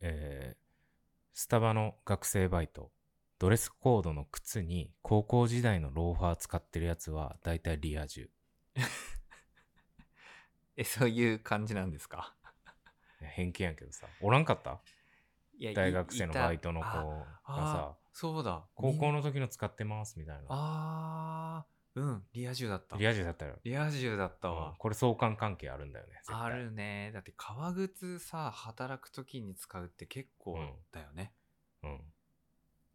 えースタバの学生バイト、ドレスコードの靴に高校時代のローファー使ってるやつは大体リア充。え、そういう感じなんですかいや偏見やけどさ、おらんかった いやい大学生のいたバイトの子があさあ、そうだ。高校みんの時の使ってますみたいな。あー、うん、リア充だった。リア充だったよ。リア充だったうんわ。これ相関関係あるんだよね。絶対あるね。だって革靴さ、働く時に使うって結構うんだよね。うん。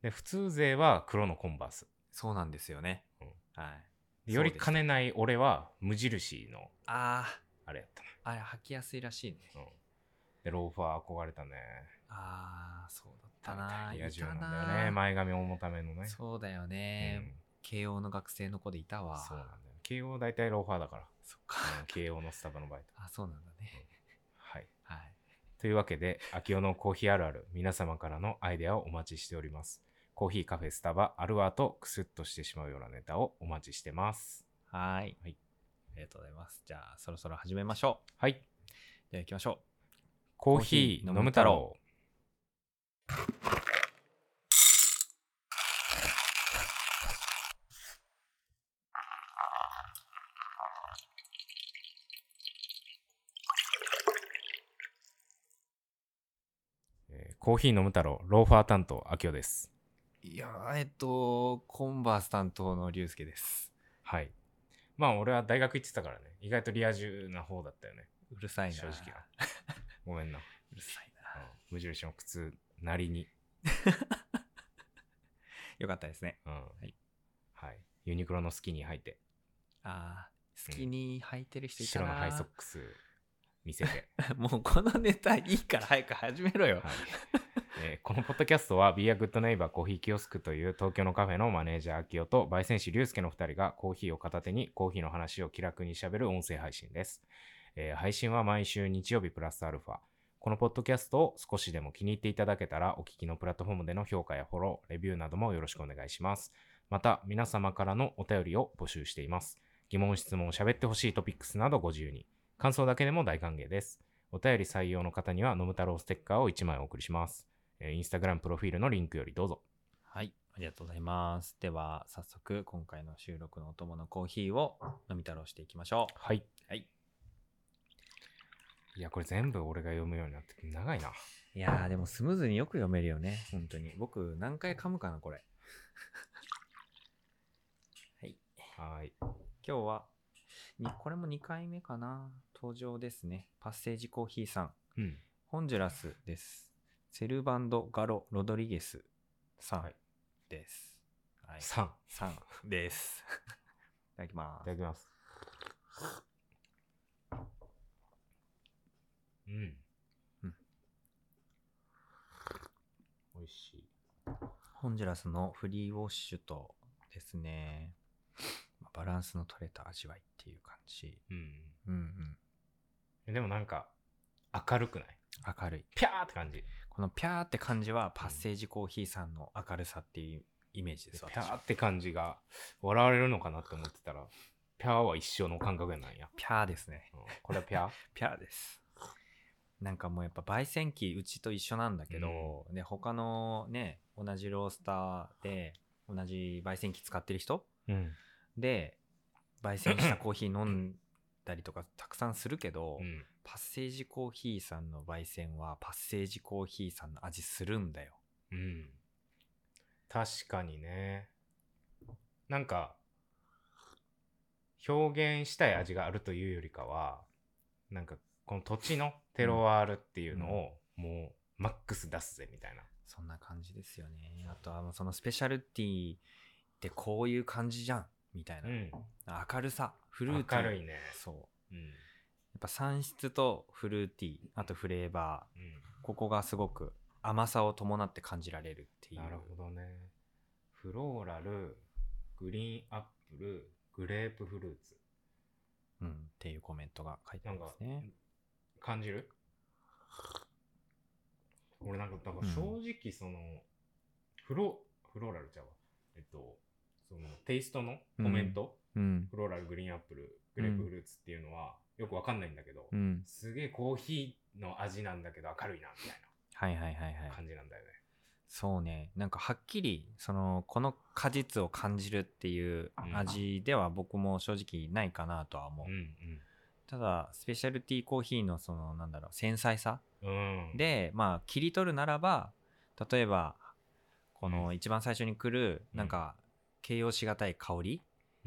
で、普通勢は黒のコンバース。そうなんですよね。うんはい。でよりそうでした金ない俺は無印のああれやったな。あ、あれ履きやすいらしいね。うん。で、ローファー憧れたね。ああ、そうだったな。リアい充なたんだなよね。前髪重ためのね。そうだようね、ん慶応の学生の子でいたわ。そうなんだよ。慶応大体ローファーだから。そっか。うん慶応のスタバのバイト。 あ、そうなんだね。はい。はい。というわけで、秋夫のコーヒーあるある、皆様からのアイデアをお待ちしております。コーヒー、カフェ、スタバ、あるあとクスッとしてしまうようなネタをお待ちしてます。はーい。はいありがとうございます。じゃあ、そろそろ始めましょはい。う。では行きましょコーヒー飲む太郎。えーコーヒー飲む太郎、ローファー担当、秋代です。う。いやー、えっと、コンバース担当の龍介です。はい。まあ、俺は大学行ってたからね、意外とリア充な方だったよね。うるさいな。正直うなごめんな。うんるさいな。無印の靴なりに。よかったですね。うんいはい。ユニクロのスキニー履いて。あー、好きに履いてる人いた白な。のハイソックス見せて、もうこのネタいいから早く始めろよ。はいえーこのポッドキャストは Be a Good Neighbor コーヒーキオスクという東京のカフェのマネージャー秋代と焙煎師龍介の2人がコーヒーを片手にコーヒーの話を気楽にしゃべる音声配信です、えー配信は毎週日曜日プラスアルファこのポッドキャストを少しでも気に入っていただけたらお聞きのプラットフォームでの評価やフォローレビューなどもよろしくお願いしますまた皆様からのお便りを募集しています疑問質問喋ってほしいトピックスなどご自由に感想だけでも大歓迎ですお便り採用の方には、のむ太郎ステッカーを1枚お送りします。えーインスタグラムプロフィールのリンクよりどうぞ。はい、ありがとうございます。では、早速、今回の収録のお供のコーヒーを飲み太郎していきましょう。はい。はい。いや、これ全部俺が読むようになって、長いな。いやー、でもスムーズによく読めるよね、本当に。僕、何回噛むかな、これ。はい。はーい。今日は、にこれも2回目かな。登場ですね。パッセージコーヒーさん。うん。ホンジュラスです。セルバンド・ガロ・ロドリゲスさはんいです。はい。 3。いさんです。 いただきまたすだ。きます。うん。うん。美味しい。ホンジュラスのフリーウォッシュとですね、まあバランスの取れた味わいっていう感じ。うん。うんうん。でもなんか、明るくない明るい。ピャーって感じ。このピャーって感じはパッセージコーヒーさんの明るさっていうイメージでピす。ャ私はーって感じが、笑われるのかなって思ってたら、ピャーは一生の感覚なんや。ピャーですね。うんこれはピャーピャーです。なんかもうやっぱ焙煎機うちと一緒なんだけど、で他のね同じロースターで同じ焙煎機使ってる人うん。で焙煎したコーヒー飲んだりとかたくさんするけど、うん。パッセージコーヒーさんの焙煎はパッセージコーヒーさんの味するんだよ。うん。確かにね。なんか、表現したい味があるというよりかは、なんか、この土地のテロワールっていうのを、もう、マックス出すぜ、みたいな。そんな感じですよね。あとはもうそのスペシャルティーってこういう感じじゃんみたいな、うん。明るさフルーティ明ーるいね。そううん。やっぱ産出とフルーティーあとフレーバうん。ーここがすごく甘さを伴って感じられるっていうなるほどね。フローラル、グリーンアップル、グレープフルーツ。うん、っていうコメントが書いてあなんりまかすね、感じる俺なんか、だかうらん正直その、フロ、フローラルちゃうわ。えっと、そのテイストのコメント、うんフローラル、グリーンアップル、グレープフルーツっていうのはよくわかんないんだけど、うんすげえコーヒーの味なんだけど明るいな、みたいな。はいはいはいはい感じなんだよね。そうねなんかはっきりそのこの果実を感じるっていう味では僕も正直ないかなとは思う、ただスペシャルティーコーヒーのそのなんだろう繊細さうんうん。うん、でまあ切り取るならば例えばこうの一番最初に来るうんなんか形容しがたい香り、うん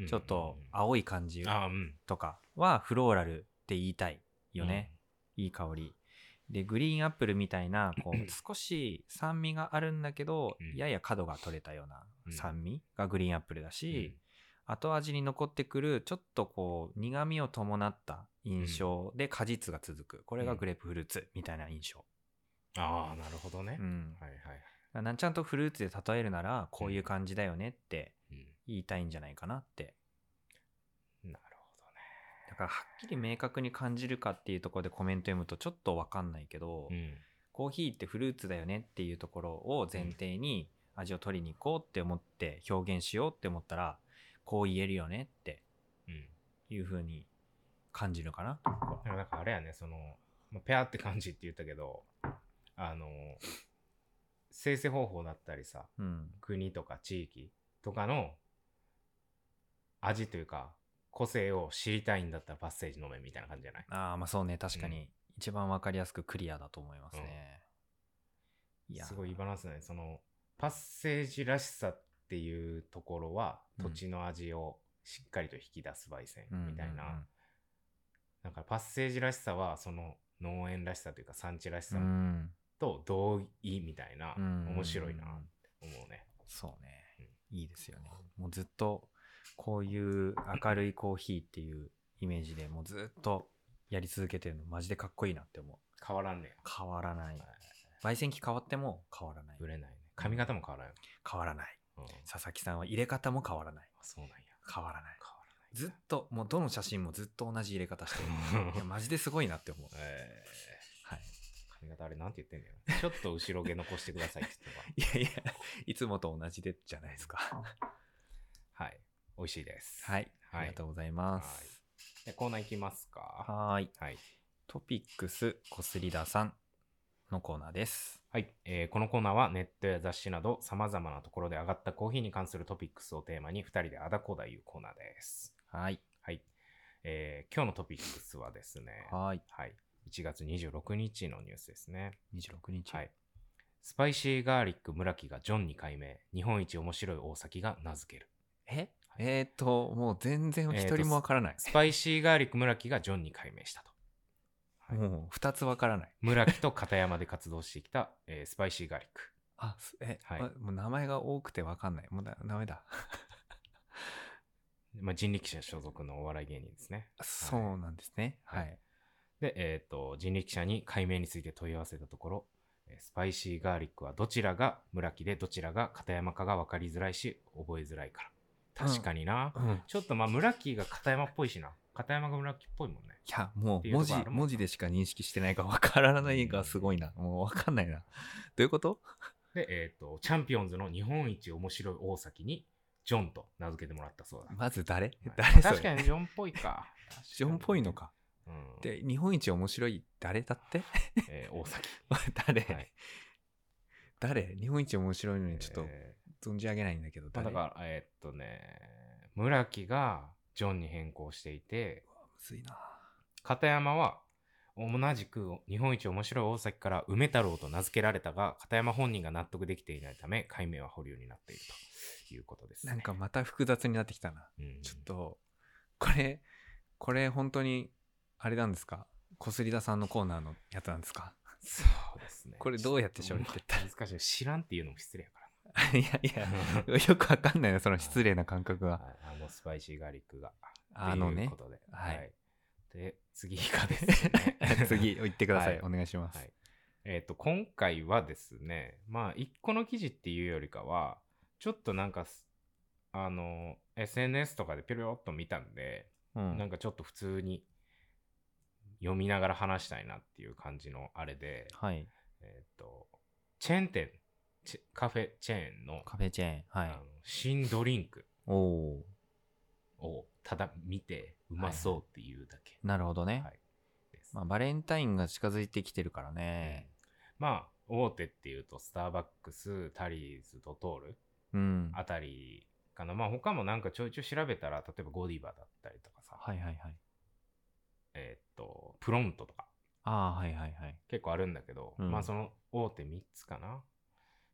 ちょっとうん青い感じあーうん。とかはフローラルって言いたいよね、いい香りでグリーンアップルみたいなこうんう少し酸味があるんだけど、うんやや角が取れたようなうん酸味がグリーンアップルだうん。し、後味に残ってくるちょっとこう苦みを伴った印象で果実が続くこれがグレープフルーツみたいな印象、うんああ、なるほどねう。んはいはい。なんちゃんとフルーツで例えるならこういう感じだよねってうん言いたいんじゃないかなってなるほどね。だからはっきり明確に感じるかっていうところでコメント読むとちょっと分かんないけど、うんコーヒーってフルーツだよねっていうところを前提に味を取りに行こうって思って表現しようって思ったらこう言えるよねってうん。いう風に感じるかなでもなんかあれやね、その、まあ、ペアって感じって言ったけど、あの、生成方法だったりさ、うん国とか地域とかの味というか、個性を知りたいんだったらパッセージ飲めみたいな感じじゃないああまあそうね確かうに一番分かりやすくクリアだと思いますね、いやすごいいいバランスだね。その、パッセージらしさっていうところは、う土ん地の味をしっかりと引き出す焙煎みたいな。うんだからパッセージらしさは、その農園らしさというか産地らしさうんと同意みたいな、うん面白いな、思うね。そうね、いいですよね。もうずっとこういう明るいコーヒーっていうイメージでもうずっとやり続けてるのマジでかっこいいなって思う。変わらんね変わらないや。。焙煎機変わっても変わらない。ぶれないね。髪型も変わらんよ。変わらない。うん、あ佐々木さんは入れ方も変わらない。そうなんや。変わ変わららない。ない。ずっと、もうどの写真もずっと同じ入れ方して る。いやマジですごいなって思う。 えはい。ー髪型あれなんて言ってんだよ。ちょっと後ろ毛残してくださいって言っていやいや、いつもと同じでじゃないです か。ば。 はい。美味しいです。は。い。はいありがとうございます。でコーナー行きますか。はーい。はい。トピックスこすりださんのコーナーです。はい、えーこのコーナーはネットや雑誌などさまざまなところで上がったコーヒーに関するトピックスをテーマに2人であだこうだいうコーナーです。はい。はい、えー今日のトピックスはですね、はい。はい、1月26日のニュースですね。 26日。はい、スパイシーガーリック村木がジョンに改名、日本一面白い大崎が名付ける。ええっ、と、もう全然えー一と人もわからない。スパイシーガーリック村木がジョンに改名したと。はいもう二つわからない。村木と片山で活動してきた、えースパイシーガーリック。あ、すえ、はいあもう名前が多くてわかんない。もうだダメだ。まあ、人力車所属のお笑い芸人ですね。そうなんですね。ははいい。で、えっ、と、人力車に解明について問い合わせたところ、えースパイシーガーリックはどちらが村木でどちらが片山かが分かりづらいし、覚えづらいから。うん確かにな。うん。いちょっとまあ村木が片山っぽいしな。片山が村木っぽいもんね。や、もてういうとこ文字ある、もんな文字でしか認識してないからわからないがすごいな。もうわかんないな。どういうことで、えっ、と、チャンピオンズの日本一面白い大崎に、ジョンと名付けてもらったそうだ。まず誰はい誰それ確かにジョンっぽいか。 ジョンっぽいのか。うん。で、日本一面白い誰だってえー大崎。誰、はい誰日本一面白いの にちょっとえー存じ上げないんだけど、まあ、誰だから、えっとね、村木がジョンに変更していて、むずいな。片山は同じく日本一面白い大崎から梅太郎と名付けられたが片山本人が納得できていないため解明は保留になっているということですね、なんかまた複雑になってきたな。うん、ちょっと、これ、これ本当に、あれなんですかこすりださんのコーナーのやつなんですかそうですねこれどうやって処理してったちょと難しい知らんっていうのも失礼やかいや いや、よくわかんないな、その失礼な感覚らが。な、はい、あのスパイシーガーリックがあのねということで、はいで次以下ですね 次、言ってください。はお願いしますは。い。えっ、と、今回はですね、まあ、一個の記事っていうよりかは、ちょっとなんかす、あの、SNS とかでピロっと見たんで、うんなんかちょっと普通に読みながら話したいなっていう感じのあれで、はい。えっ、と、チェーン店、チェカフェチェーンの,、カフェチェーン。はあの新ドリンクおおをただ見てうまそうっていうだけーなるほどね。はいです。まあ、バレンタインが近づいてきてるからね。まあ、大手っていうとスターバックスタリーズドトールうん。あたりかなまあ他もなんかちょいちょい調べたら例えばゴディバだったりとかさ、はいはいはい。えーっとプロントとかああ、はいはいはい。結構あるんだけど、うんまあその大手3つかな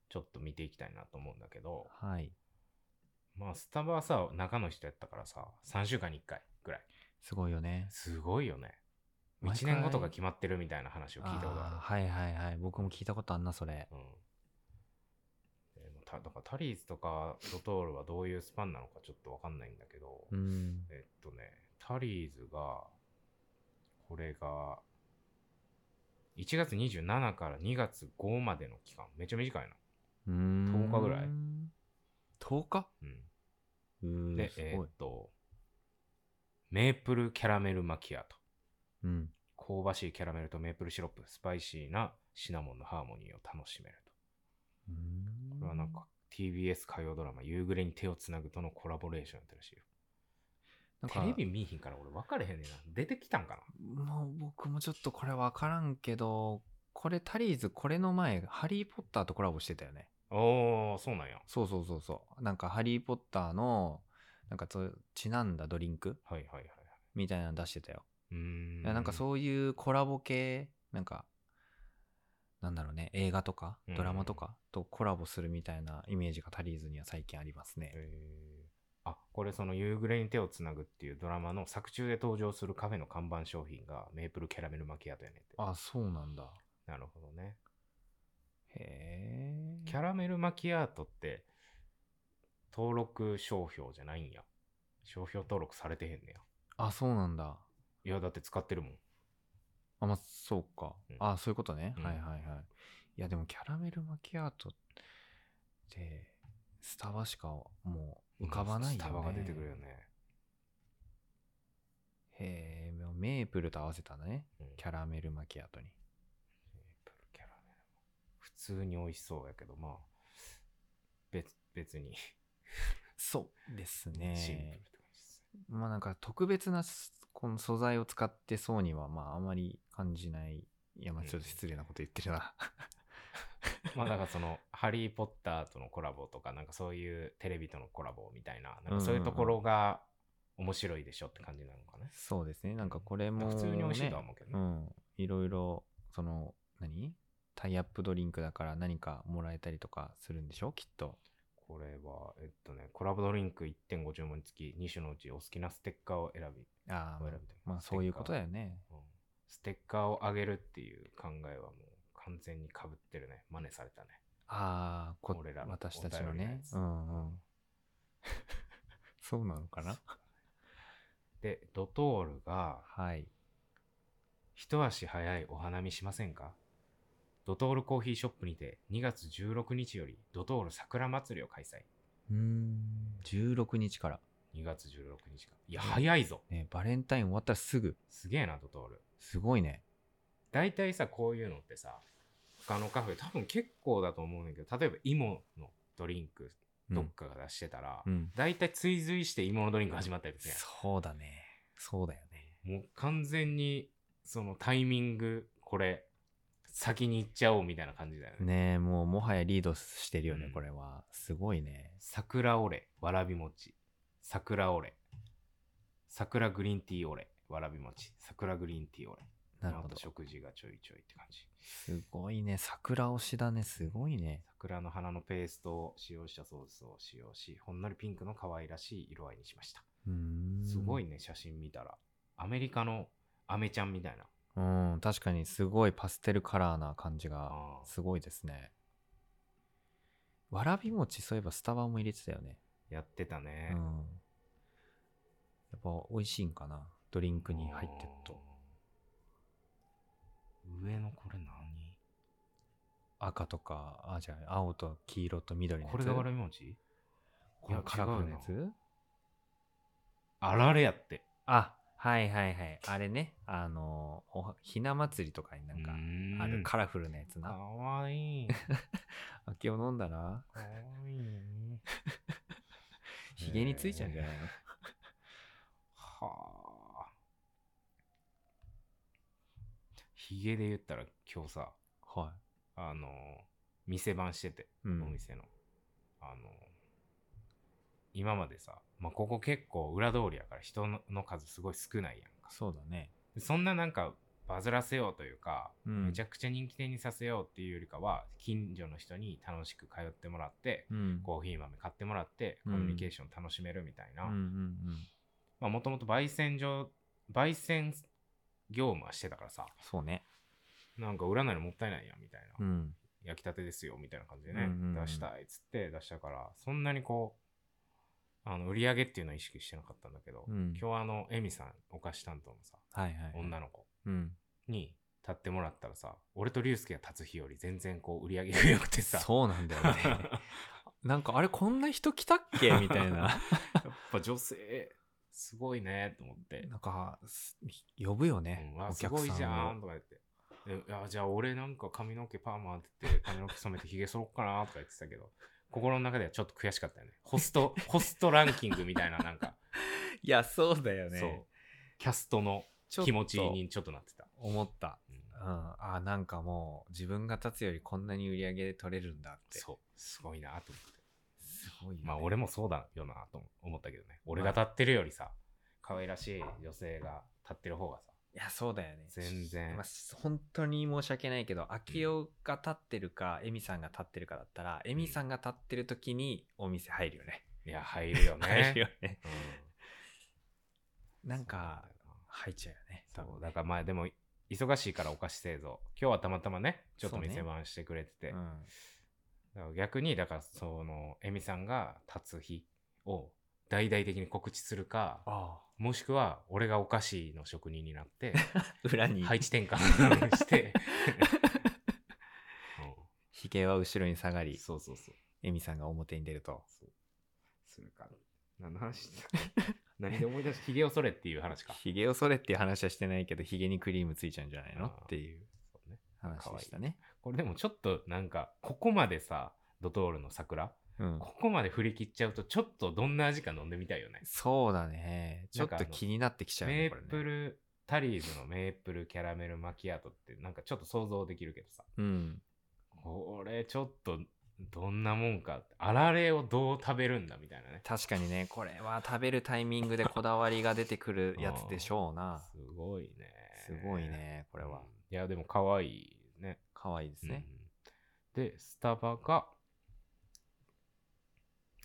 ちょっと見ていきたいなと思うんだけどはい。まあスタバはさ中の人やったからさ3週間に1回ぐらいすごいよね。すごいよね毎1回年後とか決まってるみたいな話を聞いたことあるあーはいはいはい。僕も聞いたことあんな、それ。うんでもただからタリーズとかドトールはどういうスパンなのかちょっとわかんないんだけど、うん。えっとね、タリーズが、これが、1月27から2月5までの期間、めっちゃ短いな。うーん10日ぐらい ?10 日ううーん、んで、すえごいっ。と、メープルキャラメルマキアート。うん。香ばしいキャラメルとメープルシロップ、スパイシーなシナモンのハーモニーを楽しめると。これはなんか TBS 火曜ドラマ「夕暮れに手をつなぐ」とのコラボレーションやったらしいよ。なんテかレビ見いひんから俺分かれへんねんな。出てきたんかなもう僕もちょっとこれ分からんけどこれタリーズこれの前「ハリー・ポッター」とコラボしてたよねおー、そうなんや。そうそうそうそうなんか「ハリー・ポッターの」なんかとちなんだドリンクはいはいはいはい。みたいなの出してたよ、うーん。いやなんかそういうコラボ系なんかなんだろうね映画とかうんドラマとかとコラボするみたいなイメージがタリーズには最近ありますね、えーあこれその「夕暮れに手をつなぐ」っていうドラマの作中で登場するカフェの看板商品がメープルキャラメルマキアートやねんってあそうなんだなるほどねへえキャラメルマキアートって登録商標じゃないんや商標登録されてへんねやあそうなんだいやだって使ってるもんあ、まあ、そうか。うんあそういうことね。うんはいはいはい。いや、でもキャラメルマキアートって、スタバしかもう浮かばなスいよね。タバが出てくるよ。ね、へえ、メープルと合わせたんだね。うんキャラメルマキアートに。メープルキャラメル普通に美味しそうやけどまあ別別にそうですシンプルって感ね。じですまあなんか特別なすこの素材を使ってそうには、まああまり感じない。いや、まあちょっと失礼なこと言ってるな。まあだからその「ハリー・ポッター」とのコラボとかなんかそういうテレビとのコラボみたいななんかそういうところが面白いでしょって感じなのかね。 そうですね。なんかこれも、ね。普通に美味しいとは思うけどうね。ん、いろいろその何タイアップドリンクだから何かもらえたりとかするんでしょきっとこれはえっとねコラボドリンク1.5注文につき2種のうちお好きなステッカーを選び、ああ選びたいまあそういうことだよねうんステッカーをあげるっていう考えはもう完全にかぶってるね真似されたね。ああこ俺らの私たちのお便りのやねつ うんうんそうなのかなでドトールがはい一足早いお花見しませんかドトールコーヒーショップにて2月16日よりドトール桜祭りを開催。うーん16日から、 2月16日か。いや、早いぞ。ね、バレンタイン終わったらすぐすげえな、ドトール。すごいね大体さ、こういうのってさ、他のカフェ、多分結構だと思うんだけど、例えば、芋のドリンク、うんどっかが出してたら、うん大体追随して芋のドリンク始まったりするそうだねそうだよねやん。もう完全に、そのタイミング、これ、先に行っちゃおうみたいな感じだよね。ねえもうもはやリードしてるよね、うんこれはすごいね桜オレ、わらび餅、桜オレ、桜グリーンティーオレ、わらび餅、桜グリーンティーオレ。なるほあとど食事がちょいちょいって感じ。すごいね。桜推しだね。すごいね。桜の花のペーストを使用したソースを使用し、ほんのりピンクの可愛らしい色合いにしました。うーんすごい。ね、写真見たら。アメリカのアメちゃんみたいな。うん、確かにすごいパステルカラーな感じがあーすごいですね。わらび餅、そういえばスタバも入れてたよね。やってたね。うん。やっぱ美味しいんかな。ドリンクに入ってると。うん。上のこれ何赤とか、あ、じゃあ青と黄色と緑のやつ。これがわらび餅これカラフルなやいつあられやって。あ、はいはいはい。あれね。あの、おはひな祭りとかになんか、あるカラフルなやつかな。わいい。あ、今日飲んだらかわいいね。 ひげについちゃうんじゃないの、はあ。ヒゲで言ったら今日さ、はい。あの店番してて、うんお店のあの今までさ、まあ、ここ結構裏通りやから人のの数すごい少ないやんかそうだね。でそんななんかバズらせようというか、うんめちゃくちゃ人気店にさせようっていうよりかは近所の人に楽しく通ってもらって、うん。コーヒー豆買ってもらってコうんミュニケーション楽しめるみたいな、うんうんうん。まあもともと焙煎所焙煎業務はしてたからさそうね。なんか売らないのもったいないやんみたいな、うん。焼きたてですよみたいな感じでね、うんうんうん出したいっつって出したからそんなにこうあの売り上げっていうのは意識してなかったんだけど、うん今日あのエミさんお菓子担当のさはいはい。女の子うん。に立ってもらったらさ俺と龍介が立つ日より全然こう売り上げが良くてさそうな んだよね。なんかあれこんな人来たっけみたいな。や っぱ女性すごいねと思って、なんか、す呼ぶよねうん、。あおす客ごいじゃさんんを。とか言って。でいやじゃあ俺なんか髪の毛パーマ当てて 髪の毛染めてひげ剃ろっかなとか言ってたけど心の中ではちょっと悔しかったよねホス トホストランキングみたいななんか、いや、そうだよね。そうキャストのちょっと気持ちにちょっとなってた、思った。うんうん、あなんかもう自分が立つよりこんなに売り上げで取れるんだってそうすごいなと思ってすごいよね、まあ俺もそうだよなと思ったけどね俺が立ってるよりさ可愛らしい女性が立ってる方がさいやそうだよね全然まあ、本当に申し訳ないけど明夫が立ってるかエミさんが立ってるかだったらエミさんが立ってる時にお店入るよね、いや入るよね 入るよ ねうんなんか入っちゃうよねそう多分だからまあでも忙しいからお菓子製造今日はたまたまねちょっとそうね店番してくれてて、うんだから逆にだからそのえみさんが立つ日を大々的に告知するかああもしくは俺がお菓子の職人になって裏 に配置転換 して、ひげは後ろに下がうんりそうそうそうエミさんが表に出るとそうするか何の話してたっけ何で思い出したひげを剃れっていう話かひげを剃れっていう話はしてないけどひげにクリームついちゃうんじゃないのあっーていうそうね話でしたねこれでもちょっとなんかここまでさドトールの桜うんここまで振り切っちゃうとちょっとどんな味か飲んでみたいよね。そうだね。ちょっと気になってきちゃうメね、ープこれね。ルタリーズのメープルキャラメルマキアートってなんかちょっと想像できるけどさうん。これちょっとどんなもんかあられをどう食べるんだみたいなね確かにね、これは食べるタイミングでこだわりが出てくるやつでしょうな。すごいねすごいね、ここれは。いやでも可愛いね可愛いですね。うんでスタバが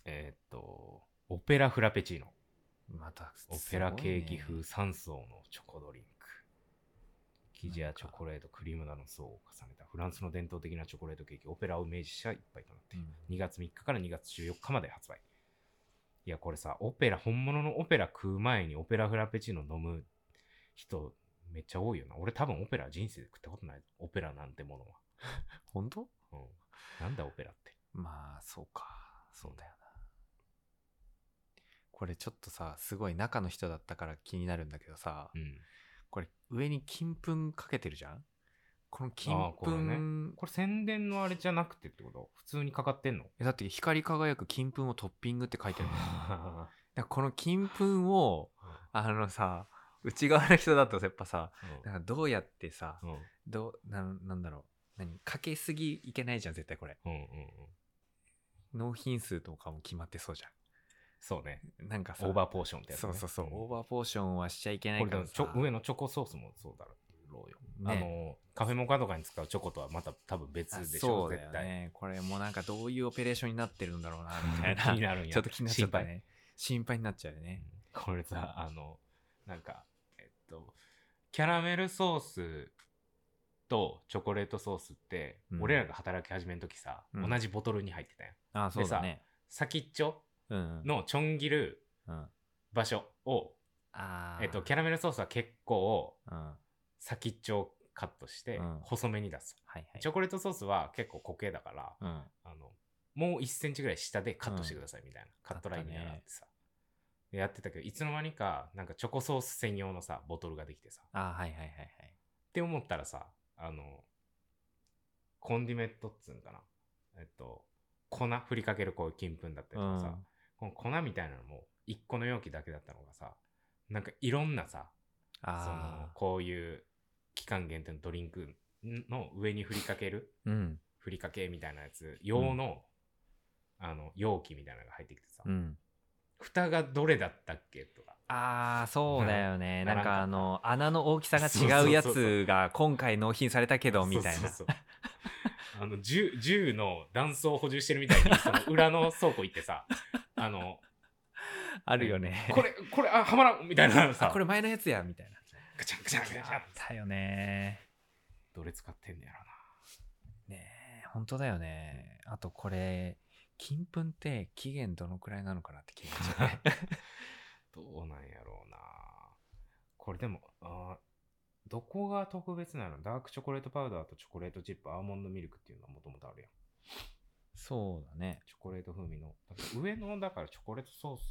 えーっとオペラフラペチーノまた、オペラケーキすごい風ね。 3層のチョコドリンク。生地やチョコレート、クリームなどの層を重ねたフランスの伝統的なチョコレートケーキ、オペラをイメージした一杯となっている、2月3日から2月14日まで発売。いや、これさ、オペラ、本物のオペラ食う前にオペラフラペチーノ飲む人、めっちゃ多いよな。俺多分オペラ人生で食ったことない。オペラなんてものは。本当うん。なんだオペラって。まあ、そうか。そうだよな。これちょっとさ、すごい中の人だったから気になるんだけどさ、うん。これ上に金粉かけてるじゃんこの金あーこれね粉、これ宣伝のあれじゃなくてってこと普通にかかってん のえだって光り輝く金粉をトッピングって書いてある んだよあだからこの金粉をあのさ内側の人だとやっぱさなんかどうやってさうん。うんどうなんなんだろう何かけすぎいけないじゃん絶対これうんうんうん。納品数とかも決まってそうじそうね。ゃんなんかさオーバーポーションってやつ、そね。うそうそう、んオーバーポーションはしちゃいけなこいれかでらもさちょ上のチョコソースもそうだろうよ。ねあのカフェモカとかに使うチョコとはまた多分別あでしょそうだよ絶対。ねこれもうなんかどういうオペレーションになってるんだろうなみたい 気にななるんや。ちょっと気になっちゃった心ね心配になっちゃうよ配ね、うんこれさ、あの、なんか、えっと、キャラメルソースとチョコレートソースって、うん俺らが働き始めの時さ、うん同じボトルに入ってたやん。ああそうだね先っちょうんのちょん切るうんあ場所を、あえっと、キャラメルソースは結構うんは先っちょをカットしてうん細めに出す。いはいチョコレートソースは結構固形だから、うんあのもう1センチぐらい下でカットしてくださいみたいな、カットラインみたいなのがあってさ、でやってたけどいつの間にかなんかチョコソース専用のさボトルができてさっあはいはいはいはい。て思ったらさあのコンディメットっつうんかなえっと粉ふりかけるこういう金粉だったりとかさ、この粉みたいなのも1個の容器だけだったのがさなんかいろんなさそのあこういう期間限定のドリンクの上に振りかけ る、うんふりかけみたいなやつ、用の、あの、容器みたいなのが入ってきてさ、うん蓋がどれだったっけとか。ああそうだようね、んなんかあの穴の大きさがそうそうそう違そううやつが今回納品されたけどみたいなそうそうそうあの銃銃の弾倉を補充してるみた いにその裏の倉庫行ってさあのあるよねこれこれあはまらんみたい なさあこれ前のやつやみたいなガチャンガチャンガチャンガチャあンったよねどれ使ってんのやろねえ本当だよねあとこれ金粉って期限どのくらいなのかなって気になっちゃう ねうなどうなんやろうなこれでもあーどこが特別なのダークチョコレートパウダーとチョコレートチップアーモンドミルクっていうのはもともとあるやんそうだねチョコレート風味のだから上のだからチョコレートソース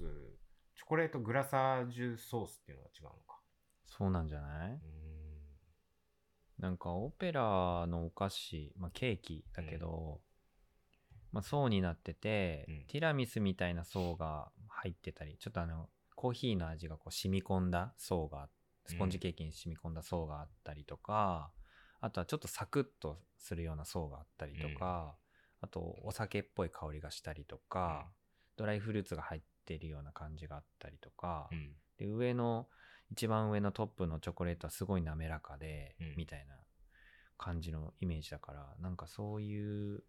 チョコレートグラサージュソースっていうのが違うのかそうなんじゃないうーんなんかオペラのお菓子、まあ、ケーキだけど、まあ、層になってて、うんティラミスみたいな層が入ってたりちょっとあのコーヒーの味がこう染み込んだ層がスポンジケーキに染み込んだ層があったりとか、あとはちょっとサクッとするような層があったりとか、あとお酒っぽい香りがしたりとか、ドライフルーツが入ってるような感じがあったりとか、うんで上の一番上のトップのチョコレートはすごい滑らかで、うんみたいな感じのイメージだからなんかそういう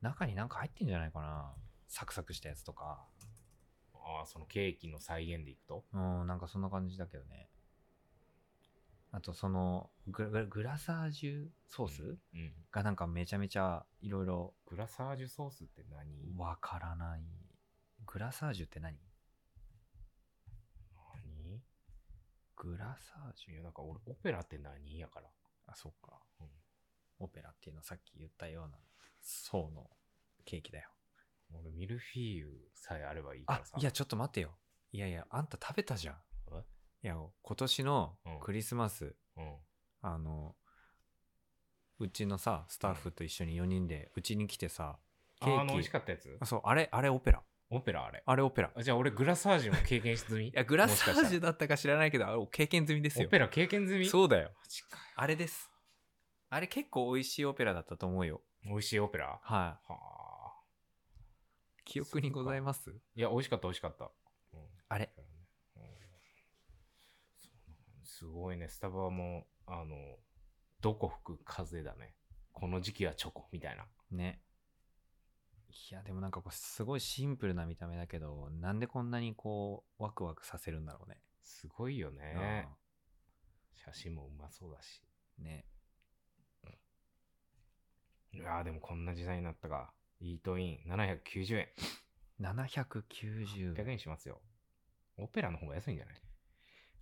中になんか入ってんじゃないかなサクサクしたやつとかああ、そのケーキの再現でいくと。うんなんかそんな感じだけどねあとそのグラグラサージュソース、うんうんがなんかめちゃめちゃいろいろグラサージュソースって何わからないグラサージュって何何グラサージュいや、なんか俺、オペラって何やから。あ、そうか、うんオペラっていうのはさっき言ったような層のケーキだよ。俺、ミルフィーユさえあればいいかあらさ。、いや、ちょっと待ってよ。いやいや、あんた食べたじゃん。えいや、今年のうんクリスマス、うん。あの、うちのさ、スタッフと一緒に4人で、うちに来てさ、あケーキー、あの、美味しかったやつあそう、あれ、あれオペラ。オペラあれ。あれオペラ。いあじゃあ俺、グラサージュも経験済みいや、グラサージュュだったか知らないけど、あれ経験済みですよオ。ペラ経験済みそうだよ。マジかよあれです。あれ結構美味しいオペラだったと思うよ。美味しいオペラははあ。い。記憶にございますいや、美味しかった、美味しかった。うんあれうんすごいね、スタバも、あの、どこ吹く風だね。この時期はチョコみたいな。ねいやでもなんかこうすごいシンプルな見た目だけどなんでこんなにこうワクワクさせるんだろうねすごいよね。写真もうまそうだし。うんねいやーでもこんな時代になったか。イートイン790円。 790 100円しますよ。オペラの方が安いんじゃない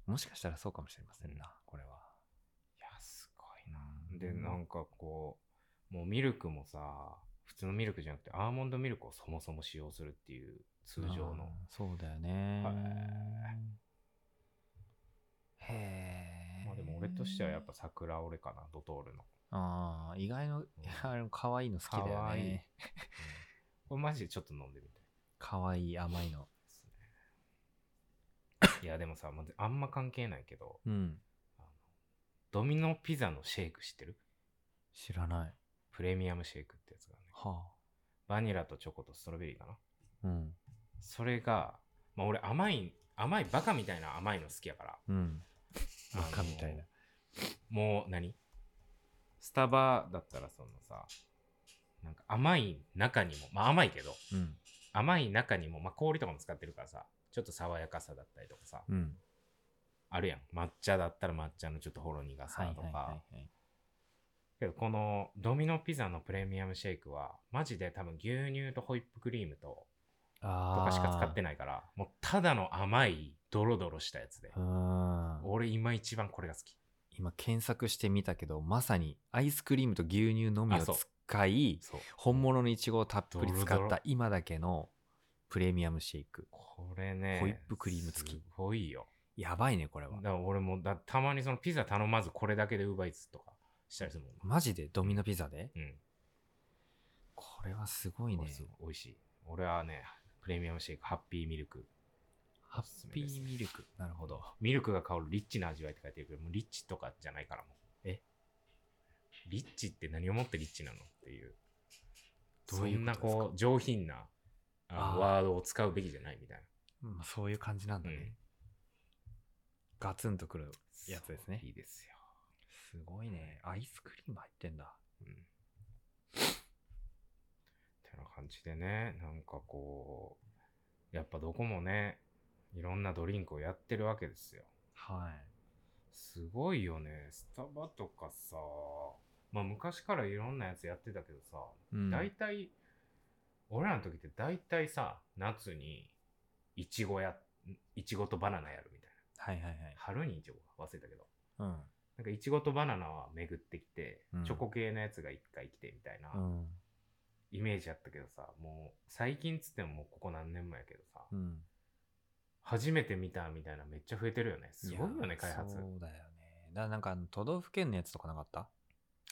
もしかしたらそうかもしれませんなこれはいや、すごいな。で、なんかこう、もうミルクもさ、普通のミルクじゃなくてアーモンドミルクをそもそも使用するっていう通常の。あーそうだよねはいへえまあでも俺としてはやっぱ桜俺かな、ドトールの。ああ意外のんいやあれも可愛いの好きだ可よ愛いね これマジでちょっと飲んでみたい可愛い甘いのですね。いやでもさ、まあ、あんま関係ないけど、うんドミノピザのシェイク知ってる知らないプレミアムシェイクってやつがね。はバニラとチョコとストロベリーかな。あうんそれが、まあ、俺甘い、甘いバカみたいな甘いの好きやから。うんバカあのみたいな。もう何スタバだったらそのさ、なんか甘い中にも、まあ甘いけど、うん甘い中にも、まあ氷とかも使ってるからさ、ちょっと爽やかさだったりとかさ、うんあるやん。抹茶だったら抹茶のちょっとほろ苦さとか。いはいけどこのドミノピザのプレミアムシェイクは、マジで多分牛乳とホイップクリームと、とあかしか使ってなない。いから、もうただの甘いドロドロしたやつでう。ーん。俺今一番これが好き。今検索してみたけど、まさにアイスクリームと牛乳のみあをそう使い、そう。本物のイチゴをたっぷりド使ロドっロた今だけのプレミアムシェイク。これね。ホイップクリーム付きすごいよ。やばいね、これだはか。ら俺もだたまにそのピザ頼まずこれだけでウーバーイーツとかしたりするもん。マジでドミノピザでうん。これはすごいこねれ。すごい美味しい。俺はね、プレミアムシェイク、ハッピーミルク。ハおすすッめピですーミルク。なるほど。ミルクが香るリッチな味わいって書いてるけど、もうリッチとかじゃないからもう。えリッチって何をもってリッチなのっていうどういそんなうことですかこう上品なああーワードを使うべきじゃないみたいなまあ、そういう感じなんだね、うんガツンとくるやつですねそういいですよ、すごいねアイスクリーム入ってんだうん、てな感じでねなんかこうやっぱどこもねいろんなドリンクをやってるわけですよはいすごいよねスタバとかさまあ昔からいろんなやつやってたけどさ、うん大体俺らの時って大体さ夏にいちごやいちごとバナナやるみたいはいはいはない春にいちごか忘れたけどうんなんかいちごとバナナは巡ってきて、うんチョコ系のやつが一回来てみたいなうんイメージやったけどさもう最近っつってももうここ何年もやけどさ、うん初めて見たみたいなめっちゃ増えてるよねすごいよやね開発そうだよねだからなんかあの都道府県のやつとかなかった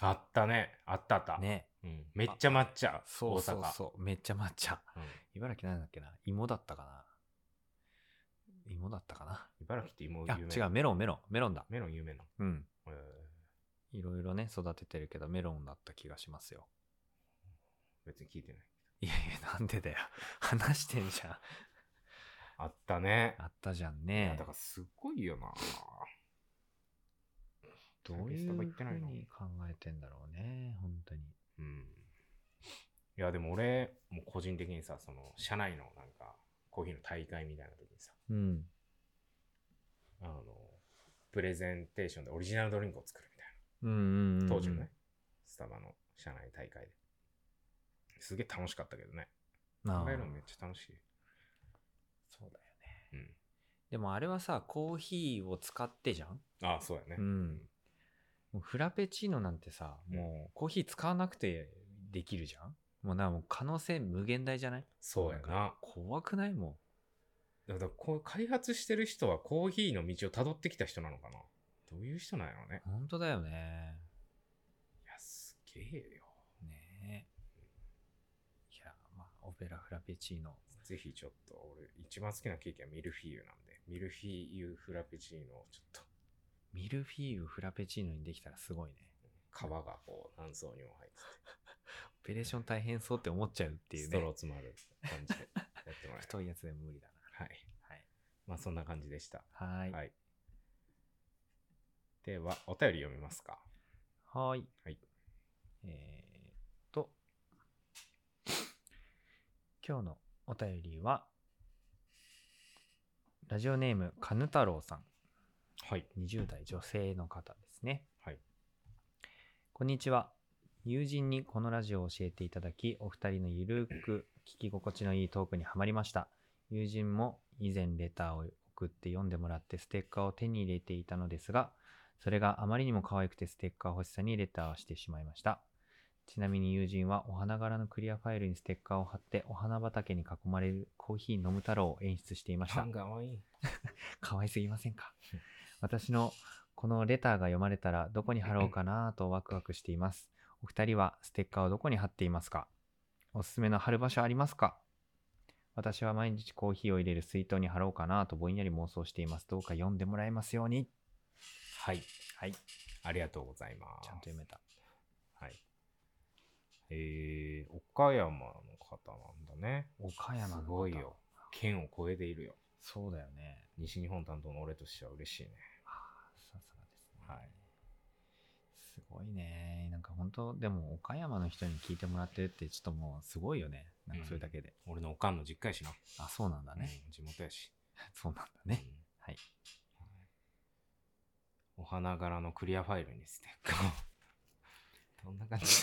あったねあったあった、ねうん、めっちゃ抹茶そうそ大う阪そうめっちゃ抹茶うん茨城なんだっけな芋だったかな芋だったかな茨城って芋有あ名違うメロンメロンメロンだメロン有名なの、うんえーいろいろね育ててるけどメロンだった気がしますよ別に聞いてないいやいやなんでだよ 話してんじゃんあったねあったじゃいんやねだからすごいよなどうゲいストうが行ってふないうのに考えてんだろうね本当にうんいやでも俺もう個人的にさその社内のなんかコーヒーの大会みたいな時にさうんあのプレゼンテーションでオリジナルドリンクを作るみたいうんうんうんうんな当時のね、スタバの社内大会ですげえ楽しかったけどねなあ考えるのめっちゃ楽しいそうだよねうんでもあれはさコーヒーを使ってじゃんああそうやねうんもうフラペチーノなんてさもうコーヒー使わなくてできるじゃんもうなもう可能性無限大じゃないそうやな怖くないもだからこう開発してる人はコーヒーの道をたどってきた人なのかなどういう人なんやろうねう本当だよねいやすげえよねえ。いや、まあ、オペラフラペチーノ。ぜひちょっと俺一番好きなケーキはミルフィーユなんでミルフィーユフラペチーノをちょっとミルフィーユフラペチーノにできたらすごいね。皮がこう何層にも入ってオペレーション大変そうって思っちゃうってていうストローね。詰まる感じでやってもらえる太いやつでも無理だはいまあそんな感じでしたな。はーい。はい、ではお便り読みますかはーい。はいえーっと、今日のお便りは、ラジオネーム、かぬ太郎さん。はい20代女性の方ですね。はいこんにちは。友人にこのラジオを教えていただき、お二人のゆるく聞き心地のいいトークにはまりました。友人も以前レターを送って読んでもらってステッカーを手に入れていたのですが、それがあまりにも可愛くてステッカー欲しさにレターをしてしまいました。ちなみに友人はお花柄のクリアファイルにステッカーを貼ってお花畑に囲まれるコーヒー飲む太郎を演出していました。がわいい可愛すぎませんか 私のこのレターが読まれたらどこに貼ろうかなとワクワクしています。お二人はステッカーをどこに貼っていますかおすすめの貼る場所ありますか私は毎日コーヒーを入れる水筒に貼ろうかなとぼんやり妄想しています。どうか読んでもらえますように。はいはい、ちありがとうございますゃんと読めた。はいえー、岡山の方なんだね岡山の方すごいよ。県を越えているよそうだよね。西日本担当の俺としては嬉しいねあーさすがですね。はいすごいね。なんか本当、でも岡山の人に聞いてもらってるってちょっともうすごいよね。なんかそれだけで。俺のおかんの実家やしな、あ、そうなんだね。うん地元やし、 そうなんだね。うんはい。お花柄のクリアファイルにステッカーを どんな感じ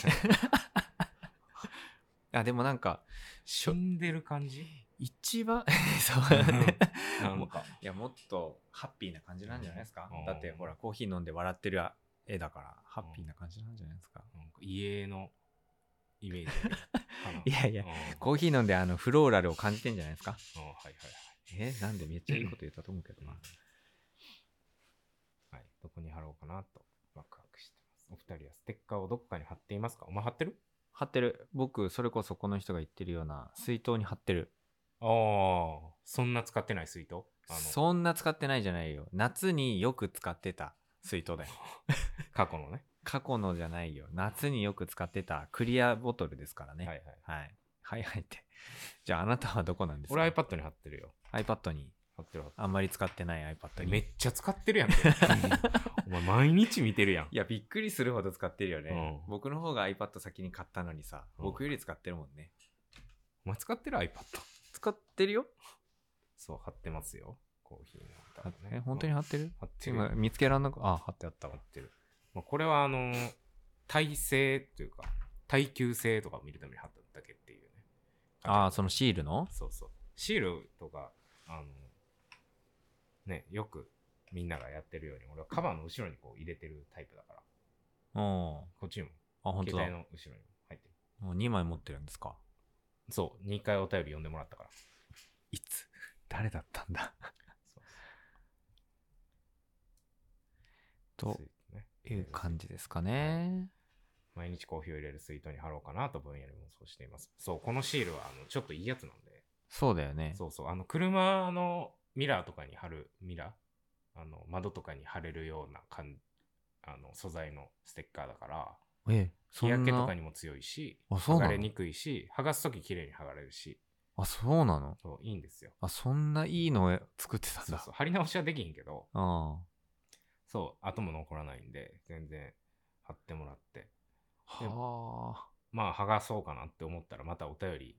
あ、でもなんか、し死ょんでる感じ一番、 そうだね。なんかいや、もっとハッピーな感じなんじゃないですかうん。だって、ほら、コーヒー飲んで笑ってる絵だから、ハッピーな感じなんじゃないですか。なんか家のイメージ いやいいや、うんコーヒー飲んであのフローラルを感じてんじゃないですか。うんはいはいはいえ、なんでめっちゃいいこと言ったと思うけどうんな。はい、どこに貼ろうかなとワクワクしてます。お二人はステッカーをどこかに貼っていますかお前貼ってる貼ってる。僕、それこそこの人が言ってるような、水筒に貼ってる。ああ、そんな使ってない水筒あのそんな使ってないじゃないよ。夏によく使ってた水筒だよ。過去のね。過去のじゃないよ夏によく使ってたクリアボトルですからねはいはい。はいはいはいってじゃああなたはどこなんですか俺 iPad に貼ってるよ。 iPad に貼ってる貼ってあんまり使ってない iPad る。にめっちゃ使ってるや んけ。お前毎日見てるやん。いやびっくりするほど使ってるよね、うん僕の方が iPad 先に買ったのにさうん僕より使ってるもんね、お前使ってる iPad。使ってるよ、そう、貼ってますよ。コーヒーの歌をえ本当に貼ってる貼ってるよ今。見つけらんなくあ貼ってあったわやってる。まあ、これはあのー、耐性というか、耐久性とかを見るために貼っただけっていうね。ああそのシールのそうそう。シールとか、あの、ね、よくみんながやってるように、俺はカバーの後ろにこう入れてるタイプだから、うんあこっちにも、本当携だ帯の後ろにも入ってる。もう2枚持ってるんですかそう、2回お便り読んでもらったから。いつ誰だったんだそうスイーとトね、いう感じですかね、毎日コーヒーを入れるスイートに貼ろうかなと分野にもそうしています。そう、このシールはあのちょっといいやつなんで、そうだよねそうそう、あの、車のミラーとかに貼る、ミラーあの、窓とかに貼れるような感あの素材のステッカーだから、えそ日ん焼けなとかにも強いし、あそう剥ながのれにくいし、剥がすとき綺麗に剥がれるし、あそうなのそう、いいんですよ。あそんないいの作ってたんそうだそう、貼り直しはできひんけど、あそう、後も残らないんで、全然貼ってもらって、あはあまあ、剥がそうかなって思ったら、またお便り、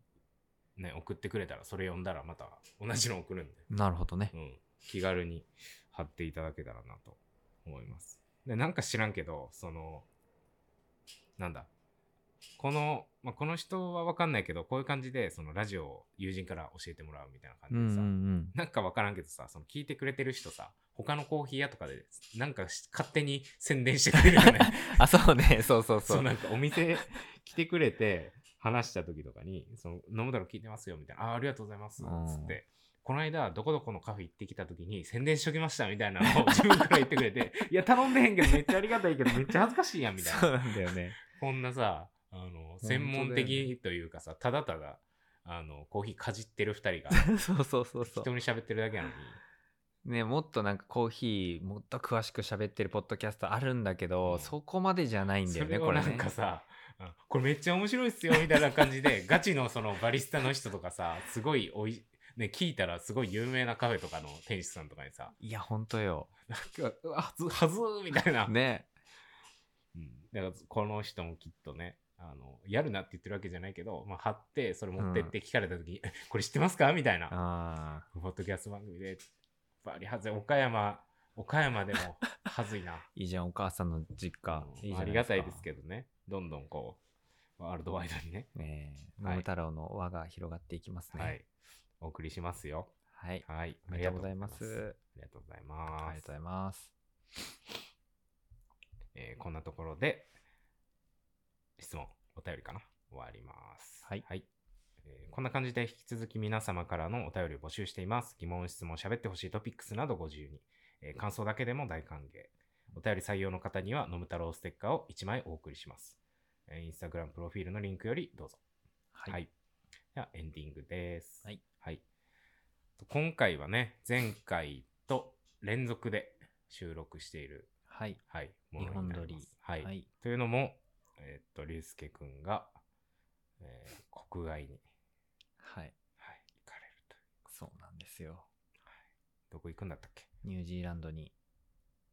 ね、送ってくれたら、それ読んだら、また同じの 送るんで、なるほどねうん、気軽に貼っていただけたらなと思います。で、なんか知らんけど、その、なんだ、この、まあ、この人はわかんないけど、こういう感じで、そのラジオを友人から教えてもらうみたいなうん感じでさ、うんなんかわからんけどさ、その聞いてくれてる人さ、他のコーヒー屋とかで、なんかし勝手に宣伝してくれるよね。うんあそうねそうそうそそううなんかお店来てくれて話した時とかに「その飲むだろ聞いてますよ」みたいな「あーありがとうございます」うんつって。この間、どこどこのカフェ行ってきた時に宣伝しときましたみたいなのを 自分から言ってくれて、いや、頼んでへんけどめっちゃありがたいけどめっちゃ恥ずかしいやんみたいそうな。なんだよねこんなさ、あの、当だよ専ね門的というかさ、ただただ、あの、コーヒーかじってる二人が そうそうそうそ人に喋ってるだけなのに、うねもっとなんかコーヒーもっと詳しく喋ってるポッドキャストあるんだけど、うんそこまでじゃないんだよそねれこをれなんねかさ、うんこれめっちゃ面白いっすよみたいな感じ でガチのそのバリスタの人とかさすごいおい、ね、聞いたらすごい有名なカフェとかの店主さんとかにさいやほんとよなんかうわはずはずーみたいな、ねうんだからこの人もきっとねあのやるなって言ってるわけじゃないけど、まあ、貼ってそれ持ってって聞かれた時に「 これ知ってますか?」みたいなああポッドキャスト番組でバリはずい岡山岡山で もはずいないいじゃんお母さんの実家うんいいじゃあなりでがすかたいですけどねどんどんこうワールドワイドにねねえはい桃太郎の輪が広がっていきますねはい。お送りしますよ。はい、はい。ありがとうございますありがとうございあまりがとうすご。ざいますえーこんなところで、質問、お便りかな終わります。はいえーこんな感じで引き続き皆様からのお便りを募集しています。疑問、質問、喋ってほしいトピックスなどご自由に、えー感想だけでも大歓迎。お便り採用の方には、のむ太郎ステッカーを1枚お送りします。えーインスタグラムプロフィールのリンクよりどうぞ。はい、はい。では、エンディングです。はい。と今回はね、前回と連続で収録している、はいはい、も日のに本な撮りまりす。はい。というのも、えーっと、竜介くんが、えー国外に、はいはい、行かれると。そうなんですよどこ行くんだったっけニュージーランドに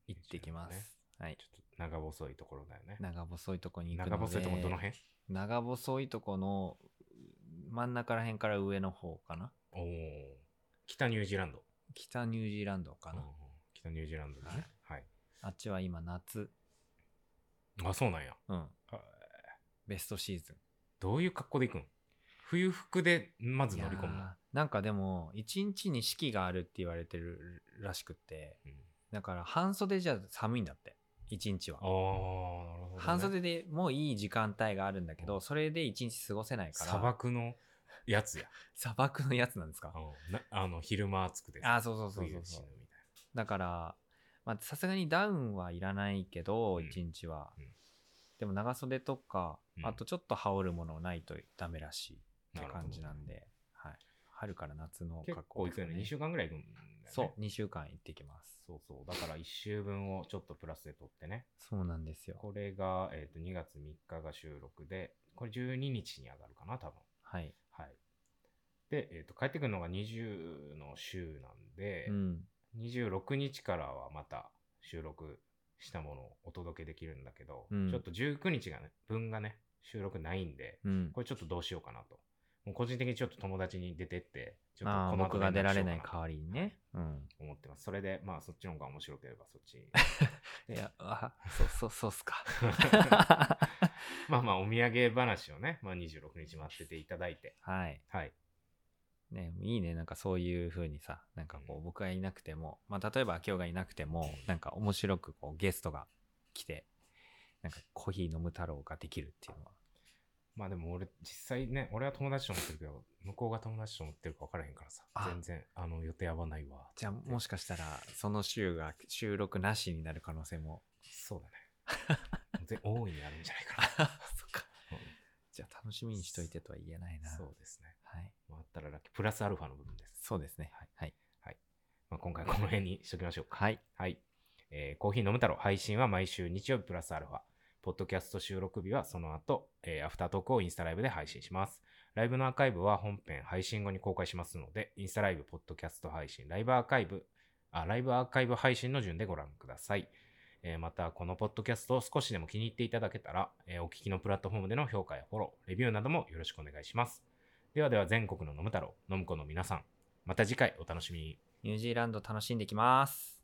行ってきます、ニュージはいちょっと長細いところだよね。長細いとこに行くので長細いとこどの辺長細いとこの真ん中ら辺から上の方かなおお。北ニュージーランド。北ニュージーランドかな、うん北ニュージーランドだね。はい。あっちは今夏あ、そうなんや。うんあベストシーズンどういう格好で行くん冬服でまず乗り込むいのやーなんかでも一日に四季があるって言われてるらしくってうんだから半袖じゃ寒いんだって一日はああ、なるほど、ね。半袖でもういい時間帯があるんだけうどんそれで一日過ごせないから砂漠のや つや。砂漠のやつなんですかあのなあの昼間暑くてああそうそうそう冬そう死そぬうみたいだからまあさすがにダウンはいらないけど、うん一日は、うんでも長袖とか、うんあとちょっと羽織るものないとダメらしいっなてるほど感じなんで、はい、春から夏のな。結格構好行でくすかよね。2週間ぐらい行くんだよね。そう2週間行ってきますそうそう。だから1週分をちょっとプラスで取ってね。そうなんですよこれが、えー、と2月3日が収録で、これ12日に上がるかな、多分。はい、はい。で、えー、と帰ってくるのが20の週なんで、うん、 26日からはまた収録したものをお届けできるんだけど、うんちょっと19日がね、分がね、収録ないんで、うん、これちょっとどうしようかなと。もう個人的にちょっと友達に出てって、ちょっとまあこの後僕が出られな連い絡しようか代わりにね、うん、と思ってます。それで、まあそっちの方が面白ければそっち。いやあそうそうそうっすか まあまあお土産話をね、まあ26日待ってていただいて。はいはい。ね、いいねなんかそういう風にさなんかこううん僕がいなくても、まあ、例えば今日がいなくてもなんか面白くこうゲストが来てなんかコーヒー飲む太郎ができるっていうのはまあでも俺、実際ね、俺は友達と思ってるけど、向こうが友達と思ってるか分からへんからさ、あ全然、あの、予定合わないわ。じゃあもしかしたらその週が収録なしになる可能性もそうだ ね。ぜ大いにあるんじゃないかあ そっかうんじゃあ楽しみにしといてとは言えないなな。そうですね。はい、まあ、あったらラッキー。プラスアルファの部分です。そうですねはいまあ、今回この辺にしときましょうか。はいはい。えーコーヒー飲む太郎、配信は毎週日曜日プラスアルファ。ポッドキャスト収録日はその後、えーアフタートークをインスタライブで配信します。ライブのアーカイブは本編配信後に公開しますので、インスタライブ、ポッドキャスト配信、ライブアーカイブ、あ、ライブアーカイブ配信の順でご覧ください。えーまた、このポッドキャストを少しでも気に入っていただけたら、えーお聞きのプラットフォームでの評価やフォロー、レビューなどもよろしくお願いします。ではでは全国の飲む太郎、飲む子の皆さん、また次回お楽しみに。ニュージーランド楽しんできます